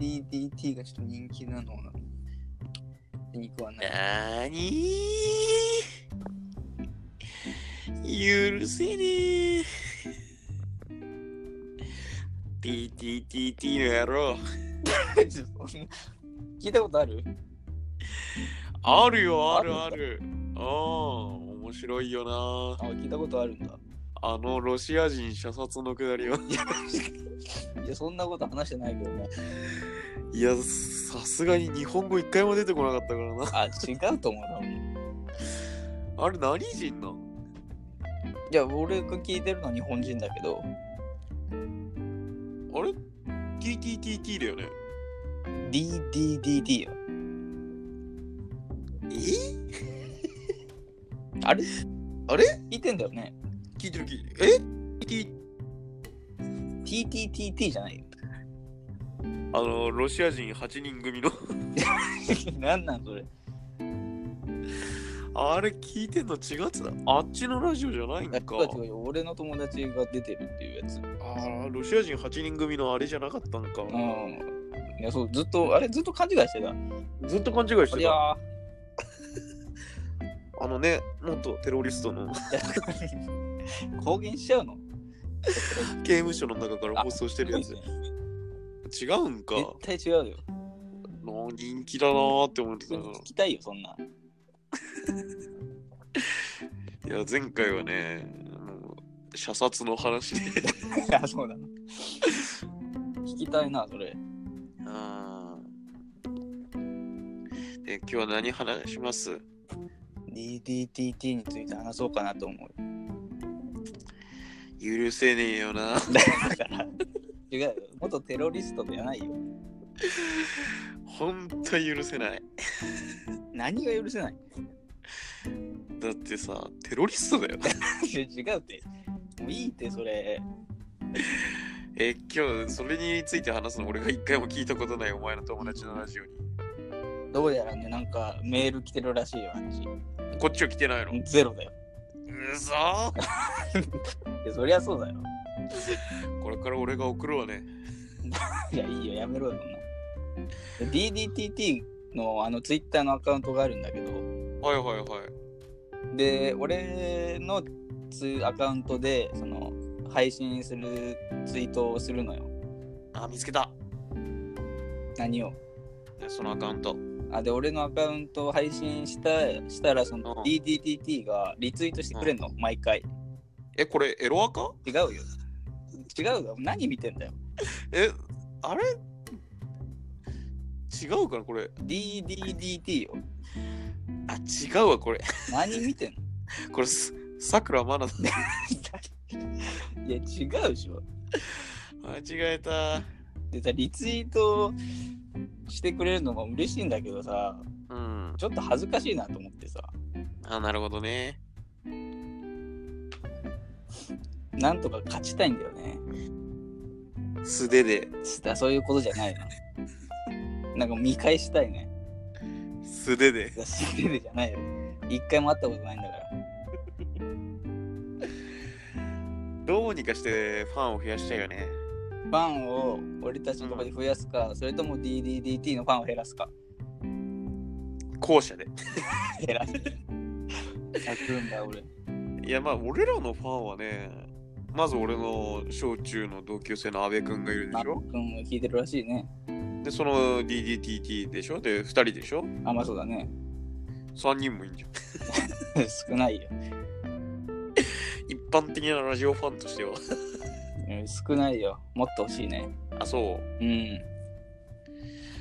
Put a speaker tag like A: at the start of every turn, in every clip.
A: T がちょっと人気なの なの肉はない。
B: なーにー許せねえ TTTT の野郎
A: ちょっとそんな聞いたことある
B: あるよあるあるああ面白いよ
A: あ、聞いたことあるんだ。
B: なあのロシア人射殺のくだりはい
A: や、そんなこと話してないけどね。
B: いやさすがに日本語一回も出てこなかったからな
A: あ、違うと思う多分。
B: あれ何人なん
A: いや、俺が聞いてるのは日本人だけど、
B: あれ ?TTTT だよね
A: DDDD よ。
B: え
A: あれ
B: あれ
A: 聞いてんだよね。
B: 聞いてる聞いてるえ ?TT
A: TTTT じゃないよ。
B: あのロシア人8人組の
A: なんなんそれ。
B: あれ聞いてんの違ってたあっちのラジオじゃないん
A: いや
B: か
A: 違う違うよ俺の友達が出てるっていうやつ。
B: ああロシア人8人組のあれじゃなかったんか
A: うん。いや、そう、ずっと、あれ、ずっと勘違いしてた。
B: ずっと勘違いし
A: あ
B: て
A: りゃ
B: た
A: ー。
B: あのね元テロリストの
A: 公言しちゃうの
B: 刑務所の中から放送してるやつ
A: 絶
B: 違うんか
A: 対違うよ。
B: の人気だなーって思って
A: 普
B: た
A: 通
B: な
A: に聞きたいよ、そんな。
B: いや前回はねもう射殺の話 で
A: いや、そうだな。聞きたいな、それ。
B: あーで今日は何話します
A: DDTT について話そうかなと思う。
B: 許せねえよな
A: だから、 違うよ。元テロリストじゃないよ。
B: ほんと許せない
A: 何が許せない
B: だってさテロリストだよ
A: いや違うって。もういいって、それ。
B: え今日それについて話すの俺が一回も聞いたことないお前の友達のラジオに
A: どうやらね、なんかメール来てるらしいよ、あっち。
B: こっちは来てないのう
A: ゼロだよ。
B: そ
A: いや、そりゃそうだよ。
B: これから俺が送るわね
A: いや、いいよ、やめろよ、そんな。DDTT のあのツイッターのアカウントがあるんだけど、
B: はいはいはい
A: で、俺のツアカウントで、その、配信するツイートをするのよ。
B: あ見つけた
A: 何を。
B: そのアカウント
A: あ、で、俺のアカウントを配信したしたら、その
B: うん
A: DDTT がリツイートしてくれんの、毎回。
B: えこれエロアカ
A: 違うよ。違うよ。何見てんだよ。
B: えあれ違うからこれ
A: DDDT よ。
B: あ違うわこれ
A: 何見てんの
B: これすさくらまなだ
A: いや、違うでしょ。
B: 間違えた
A: でさ、リツイートしてくれるのも嬉しいんだけどさ、
B: うん
A: ちょっと恥ずかしいなと思ってさ、
B: あなるほどね
A: なんとか勝ちたいんだよね。
B: 素手です
A: だそういうことじゃないの。 なんか見返したいね。
B: 素手で
A: だしテレじゃないよ。一回も会ったことないんだから。
B: どうにかしてファンを増やしたいよね
A: ファンを俺たちのとこで増やすか、それとも DDDT のファンを減らすか。
B: 後者で
A: 減らす。泣くんだ俺。
B: いやまあ俺らのファンはねまず俺の小中の同級生の阿部君がいるで
A: マ
B: しょ
A: ックンも聞いてるらしいね。
B: でその DDTT でしょで2人でしょ
A: あ、まあそうだね。
B: 3人もいいんじゃん
A: 少ないよ。
B: 一般的なラジオファンとしては
A: うん少ないよ。もっと欲しいね。
B: あそう
A: うん。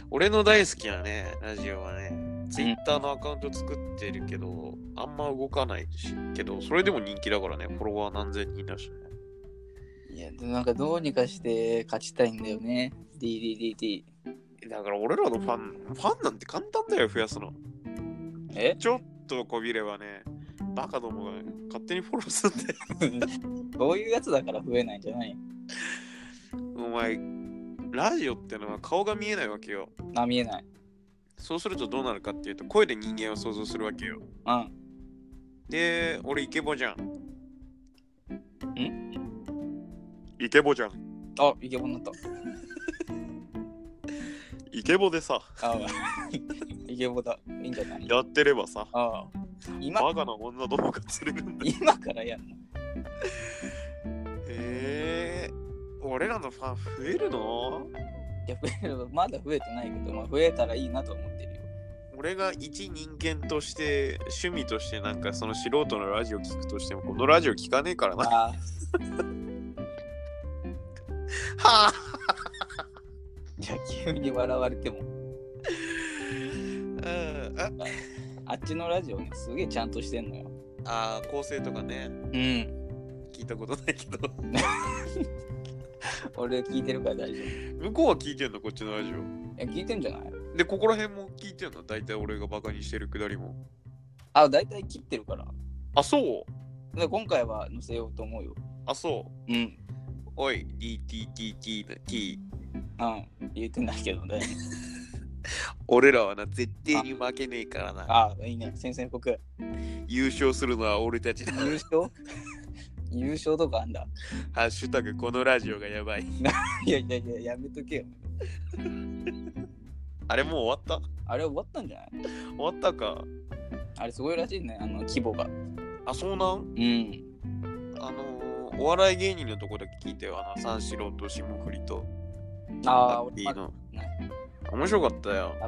B: 俺の大好きなねラジオはね Twitter のアカウント作ってるけどあんま動かないしけどそれでも人気だからねフォロワー何千人だしね
A: いや、でもなんかどうにかして勝ちたいんだよね。DDDT。
B: だから俺らのファンファンなんて簡単だよ増やすの
A: え
B: ちょっとこびればねバカどもが勝手にフォローするんで
A: こういうやつだから増えないんじゃない
B: お前、ラジオってのは顔が見えないわけよ。
A: あ、見えない。
B: そうするとどうなるかっていうと、声で人間を想像するわけよ。
A: うん。
B: で、俺、イケボじゃん。
A: ん
B: イケボじゃん。
A: あ、イケボになった。
B: イイケボでさ、
A: ああ、イケボだ。いいんじゃない
B: やってればさ、
A: ああ。今、
B: バカな女どもが釣れるんだよ。
A: 今からやんの
B: えー、俺らのファン増えるの
A: いや、増えるまだ増えてないけど、まあ、増えたらいいなと思ってるよ。
B: 俺が一人間として趣味としてなんかその素人のラジオ聞くとしてもこのラジオ聞かねえからな。は
A: ああ、
B: あ
A: じゃあ急に笑われても。
B: あ
A: あっちのラジオね、すげえちゃんとしてんのよ。
B: あー構成とかね
A: うん。
B: 聞いたことないけど
A: 俺聞いてるから大丈夫。
B: 向こうは聞いてんのこっちのラジオ
A: え、聞いてんじゃない
B: でここら辺も聞いてんの大体俺がバカにしてるくだりも
A: あ、だいたい切ってるから。
B: あそう
A: で今回は載せようと思うよ。
B: あそう
A: うん。
B: おい DTTT の T
A: うん。言ってないけどね。
B: 俺らはな絶対に負けねえからな
A: ああ、いいね。先生っぽく。
B: 優勝するのは俺たちだ
A: 優勝優勝とかあんだ。
B: ハッシュタグこのラジオがやばい
A: いやいやいや、やめとけよ。
B: あれもう終わっ
A: あれ終わったんじゃない
B: た終わったか
A: あれすごいらしいね、あの規模が。
B: あそうなん
A: うん。
B: あのーお笑い芸人のとこだけ聞いてよ、あの、三四郎と霜降りと、
A: ああ、
B: ラッ
A: 俺
B: ピ
A: や
B: ー
A: っぱ
B: の。面白かったよ、
A: 時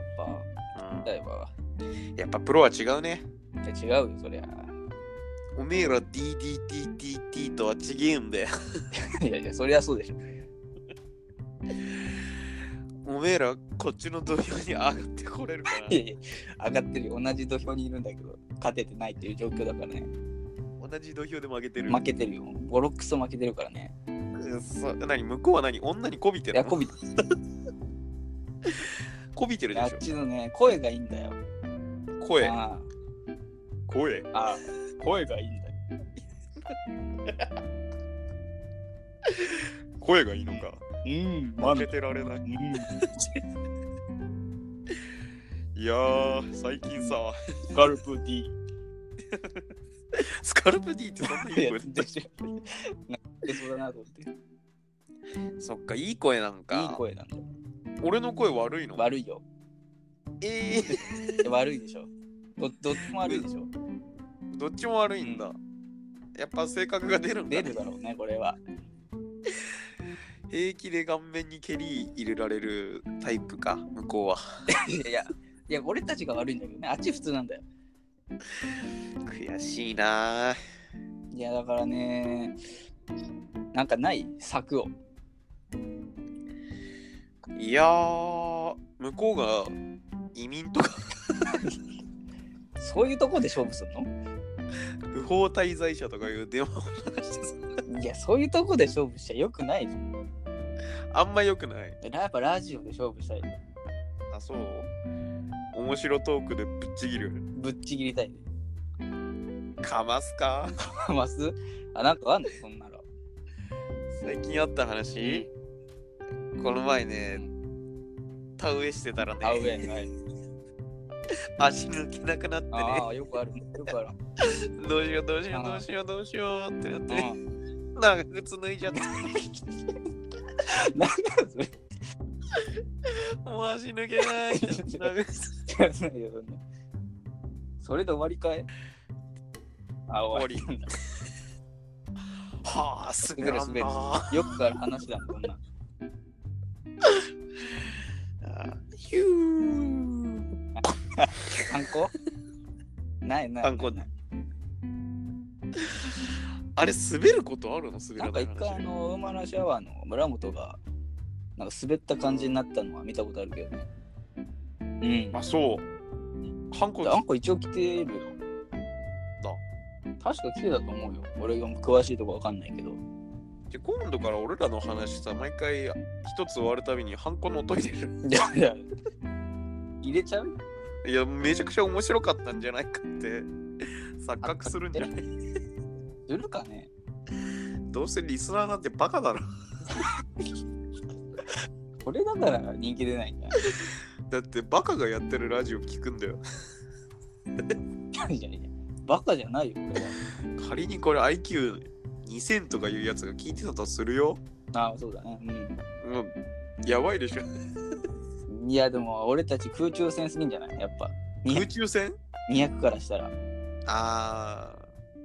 A: 代は。
B: うんやっぱプロは違うね。
A: いや違うよ、そりゃ。
B: おめえら DDTTT とは違えんだよ。
A: いやいや、そりゃそうでしょ。
B: おめえらこっちの土俵に上がってこれる か
A: いやいや、上がってるよ。同じ土俵にいるんだけど、勝ててないっていう状況だからね。
B: な。同じ土俵で負けてる。
A: 負けてるよ。ボロックソ負けてるからね。
B: うんそう何向こうは何女にこびて
A: い
B: る
A: や、
B: の
A: こび
B: こびてるで
A: あ
B: し
A: っちのね、声がいいんだよ。
B: ょ。声、
A: あ
B: 声。
A: あああ声がいいんだよ。
B: 声がいいのか。
A: うん、
B: 負けてられない
A: うん。
B: いやー、最近さ、
A: スカルプ D。
B: スカルプ D ってそんない
A: い
B: い
A: や
B: 声
A: でしょなんでそうだなと思って。い
B: そっか、いい声なんか。
A: い声なんだよ。
B: 俺の声悪いの
A: 悪いよ。
B: えー
A: いや悪いでしょ。どどっちも悪いでしょ。
B: どっちも悪いんだ。やっぱ性格が出るんだ、
A: 出
B: ね。
A: るだろうね、これは。
B: 平気で顔面に蹴り入れられるタイプか、向こうは。
A: いやいや、いや俺たちが悪いんだけどね。あっち普通なんだよ。
B: 悔しいなぁ。
A: いや、だからね、なんかない策を。
B: いやー、向こうが移民とか
A: そういうとこで勝負する
B: 不法滞在者とかいう電話 を流してさ
A: のいや、そういうとこで勝負しちゃよくないじゃん。
B: あんま良くない。
A: やっぱラジオで勝負したい。
B: あ、そう面白トークでぶっちぎる。
A: ぶっちぎりたい、ね。
B: かますか
A: ますあ、なんかあんのそんなの。
B: 最近あった話、この前ね、田植えしてたら
A: あ、
B: ね、
A: 上、はい。
B: 足抜けなくなってね。
A: ああ、よくある。よ くある。
B: どうしようどうしよう
A: あー
B: どうしようどうしようってなっ
A: う
B: て、
A: ん。
B: 長靴脱いじゃった。
A: なんだそれ。
B: もう足抜けない。 長靴
A: そんなそれで終わりかいあ、終わりなんだ。
B: はあ、滑らん
A: 滑る
B: な。
A: よくある話だもんな。
B: ヒュー。
A: 観光ないない。
B: 観光
A: ない。
B: あれ、滑ることあるの滑
A: なんか
B: らない
A: 一回あ
B: 話。
A: の、馬のシャワーの村本が、なんか滑った感じになったのは見たことあるけどね。うん。
B: あ、そう。ハンコ
A: なんか一応来てるよ。確か来てたと思うよ。俺が詳しいとこわかんないけど。
B: で今度から俺らの話さ、毎回一つ終わるたびにハンコの音入れる。
A: いやいや。入れちゃう
B: いや、めちゃくちゃ面白かったんじゃないかって。錯覚するんじゃない
A: するかね
B: どうせリスナーなんてバカだろ。
A: これだから人気出ないんじゃない
B: だってバカがやってるラジオ聞くんだよ。
A: いやいや、バカじゃないよ、俺は。
B: 仮にこれ IQ2000 とかいうやつが聞いてたとするよ。
A: ああ、そうだね。
B: もうやばいでしょ。
A: うん。いやでも俺たち空中戦すぎんじゃないやっぱいや
B: 空中戦
A: 200からしたら
B: あ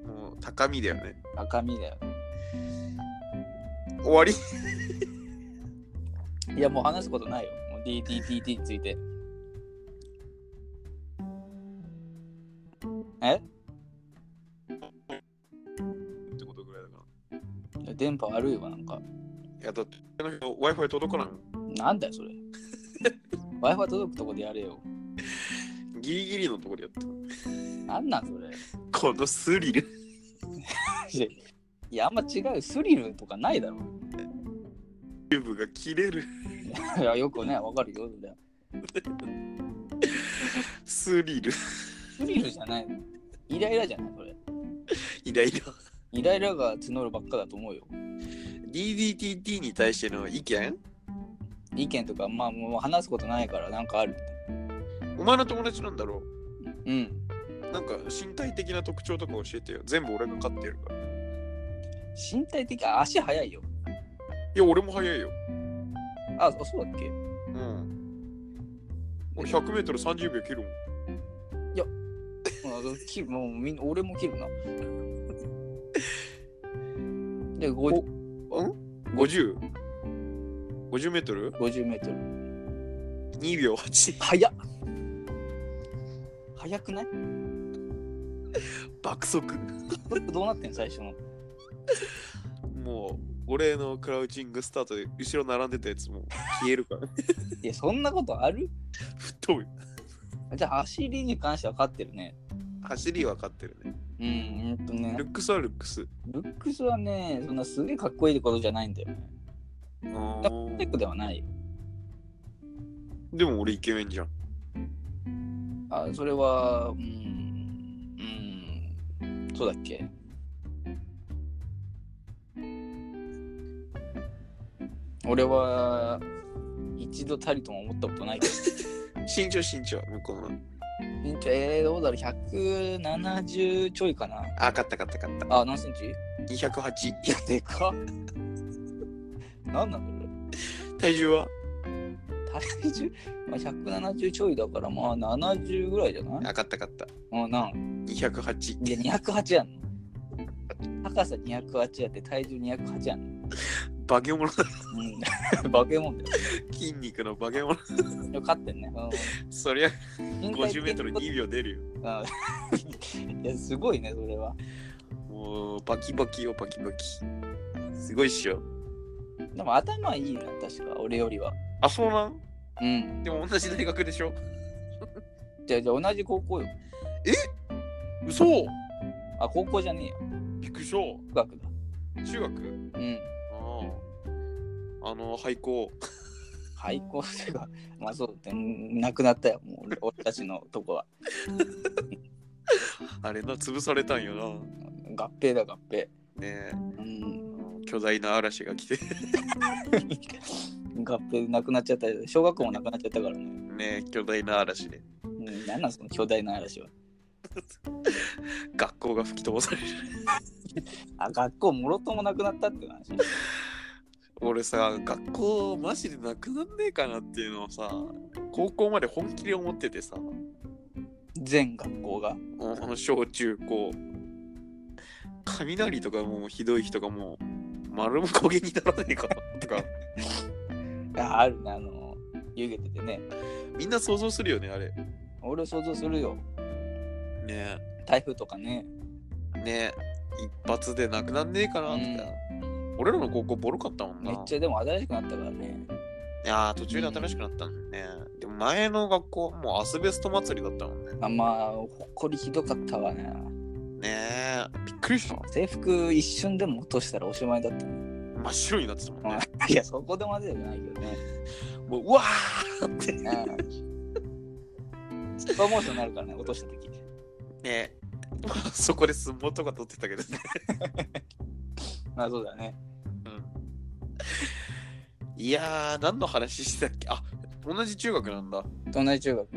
B: あ、もう高みだよね。
A: 赤身だよ
B: 終わり
A: いやもう話すことないよもう DDDT についてえ
B: ってことぐらいだか。
A: 電波悪いわなんから
B: いや、だって、あの人 Wi-Fi 届かないもん。
A: なんだよそれ Wi-Fi 届くとこでやれよ
B: ギリギリのところでやって
A: なんなんそれ
B: た。このスリル。
A: いやあんま違うスリルとかないだろ
B: チューブが切れる。
A: いやよくねわかるよでも
B: スリル。
A: スリルじゃないのイライラじゃないそれ
B: イライラ。
A: イライラが募るばっかだと思うよ
B: DDTT に対しての意見
A: 意見とかまあもう話すことないからなんかある
B: お前の友達なんだろ
A: うん
B: うなんか身体的な特徴とか教えてよ。全部俺が飼ってやるから。い
A: 身体的あ足速いよ
B: や、俺も速いよ。
A: あそうだっけ
B: うん。俺 100m30 秒切るもん。
A: もう切るもうみん俺も切るな。で、50
B: 50?50 メートル
A: 50メートル。
B: ?2 秒8。
A: 速っ速くない
B: 爆速。
A: どうなってんの最初の。
B: もう、俺のクラウチングスタートで後ろ並んでたやつもう消えるから。
A: いや、そんなことある
B: 太い。
A: じゃあ、走りに関しては勝ってるね。
B: 走り分かってるね。
A: うん、うんとね
B: ル。ックスはルックス。
A: ルックスはね、そんなすげえかっこいいことじゃないんだよね。テックではないよ。
B: でも俺イケメンじゃん。
A: あ、それは、うん、うん、そうだっけ俺は、一度たりとも思ったことないけど。
B: 身長身長、向こうの。
A: 身長、えー、どうだろう、170ちょいかな。
B: あ、勝った勝った勝った。
A: あ、何センチい
B: 208。
A: や、でかっ。何なんだろ
B: 体重 は
A: う。体重、まあ、170ちょいだから、まあ70ぐらいじゃない
B: あ、勝った勝った。
A: うん、なん
B: 208。
A: いや、208やんの。高さ208やって体重208やんの。
B: バゲモノだ。
A: うん、化け物だよ。
B: 筋肉のバゲモノ。
A: よかってんね。
B: そりゃ
A: うん、
B: 50メートル2秒出 るよ。
A: うんいや、すごいね、それは。
B: もうバキバキよバキバキ。すごいっしょ。
A: でも頭いいな、確か、俺よりは。
B: あ、そうなん
A: うん。
B: でも同じ大学でしょ
A: じゃあ、じゃあ同じ高校よ。
B: 嘘
A: あ、高校じゃねえよ。
B: びっくりした。
A: 中学だ。
B: 中学
A: うん。
B: ああ。あの、廃校。
A: 廃校っていうか、まあそうだね、うんなくなったよ、もう俺俺たちのとこは。
B: あれな、潰されたんよな。
A: 合併だ、合併。
B: ねえ、
A: うん。
B: 巨大な嵐が来て。
A: 合併なくなっちゃったよ。小学校もなくなっちゃったからね。
B: ねえ、巨大な嵐で。
A: うん、なんなんその巨大な嵐は。
B: 学校が吹き飛ばされる。
A: あ、学校もろともなくなったって話。
B: 俺さ、学校マジでなくなんねえかなっていうのをさ、高校まで本気で思っててさ、
A: 全学校が。
B: うん小中高。雷とかもうひどい日とかもう丸も焦げにならないかなとか、
A: ああるね、あの、湯気出てね。
B: みんな想像するよね、あれ。
A: 俺想像するよ。
B: ね
A: 台風とかね。
B: え、ねえ、一発でなくなんねえかなとか。俺らの高校ボロかったもんな。
A: めっちゃでも新しくなったからね。
B: いやー途中で新しくなったんだよね。でも前の学校はもうアスベスト祭りだったもんね。
A: あまあ、ほっこりひどかったわね。
B: ねえ、びっくりした。
A: 制服一瞬でも落としたらおしまいだった ね。
B: 真っ白になってたもんね。
A: いや、そこでまでじゃないけどね。
B: もう、うわーってね
A: うんスパモーションになるからね、落とした時。
B: え。そこで相撲とか取ってたけどね。
A: まあそうだね。
B: いやー、何の話してたっけあ、同じ中学なんだ。
A: 同じ中学。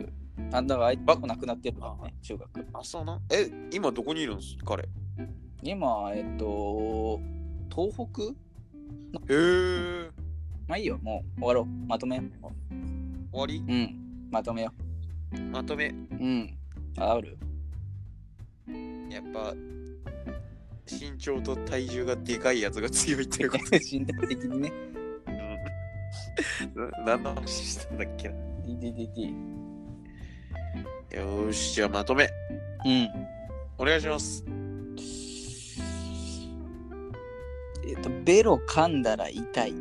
A: あんたがあいバッなくなってるからね、中学。
B: あ、そうなん。え、今どこにいるんです彼。へ
A: 今、えっと、東北
B: え。
A: まあいいよ、もう終わろう。まとめよう。
B: 終わり
A: うん。まとめよ
B: まとめ。
A: う。うん。あある
B: やっぱ、身長と体重がでかいやつが強いっていうこと。
A: 身体的にね。
B: な何の話したんだっけな
A: DDDT。
B: よーし、じゃあまとめ。
A: うん。
B: お願いします。
A: えっ、と、ベロ噛んだら痛い。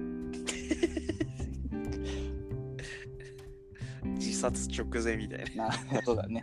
B: 自殺直前みたいな。
A: な、そうだね。